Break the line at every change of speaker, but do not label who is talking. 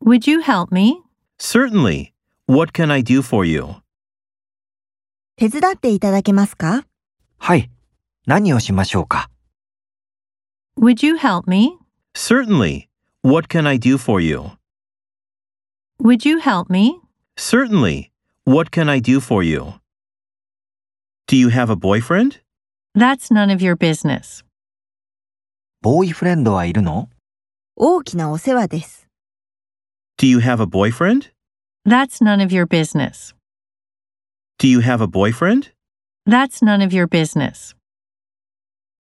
Would you help me?
Certainly. What can I do for you?
手伝っていただけますか
はい。何をしましょうか
Would you help me?
Certainly. What can I do for you?
Would you help me?
Certainly. What can I do for you? Do you have a boyfriend?
That's none of your business.
ボーイフレンドはいるの
大きなお世話です。
Do you have a boyfriend?
That's none of your business.
Do you have a boyfriend?
That's none of your business.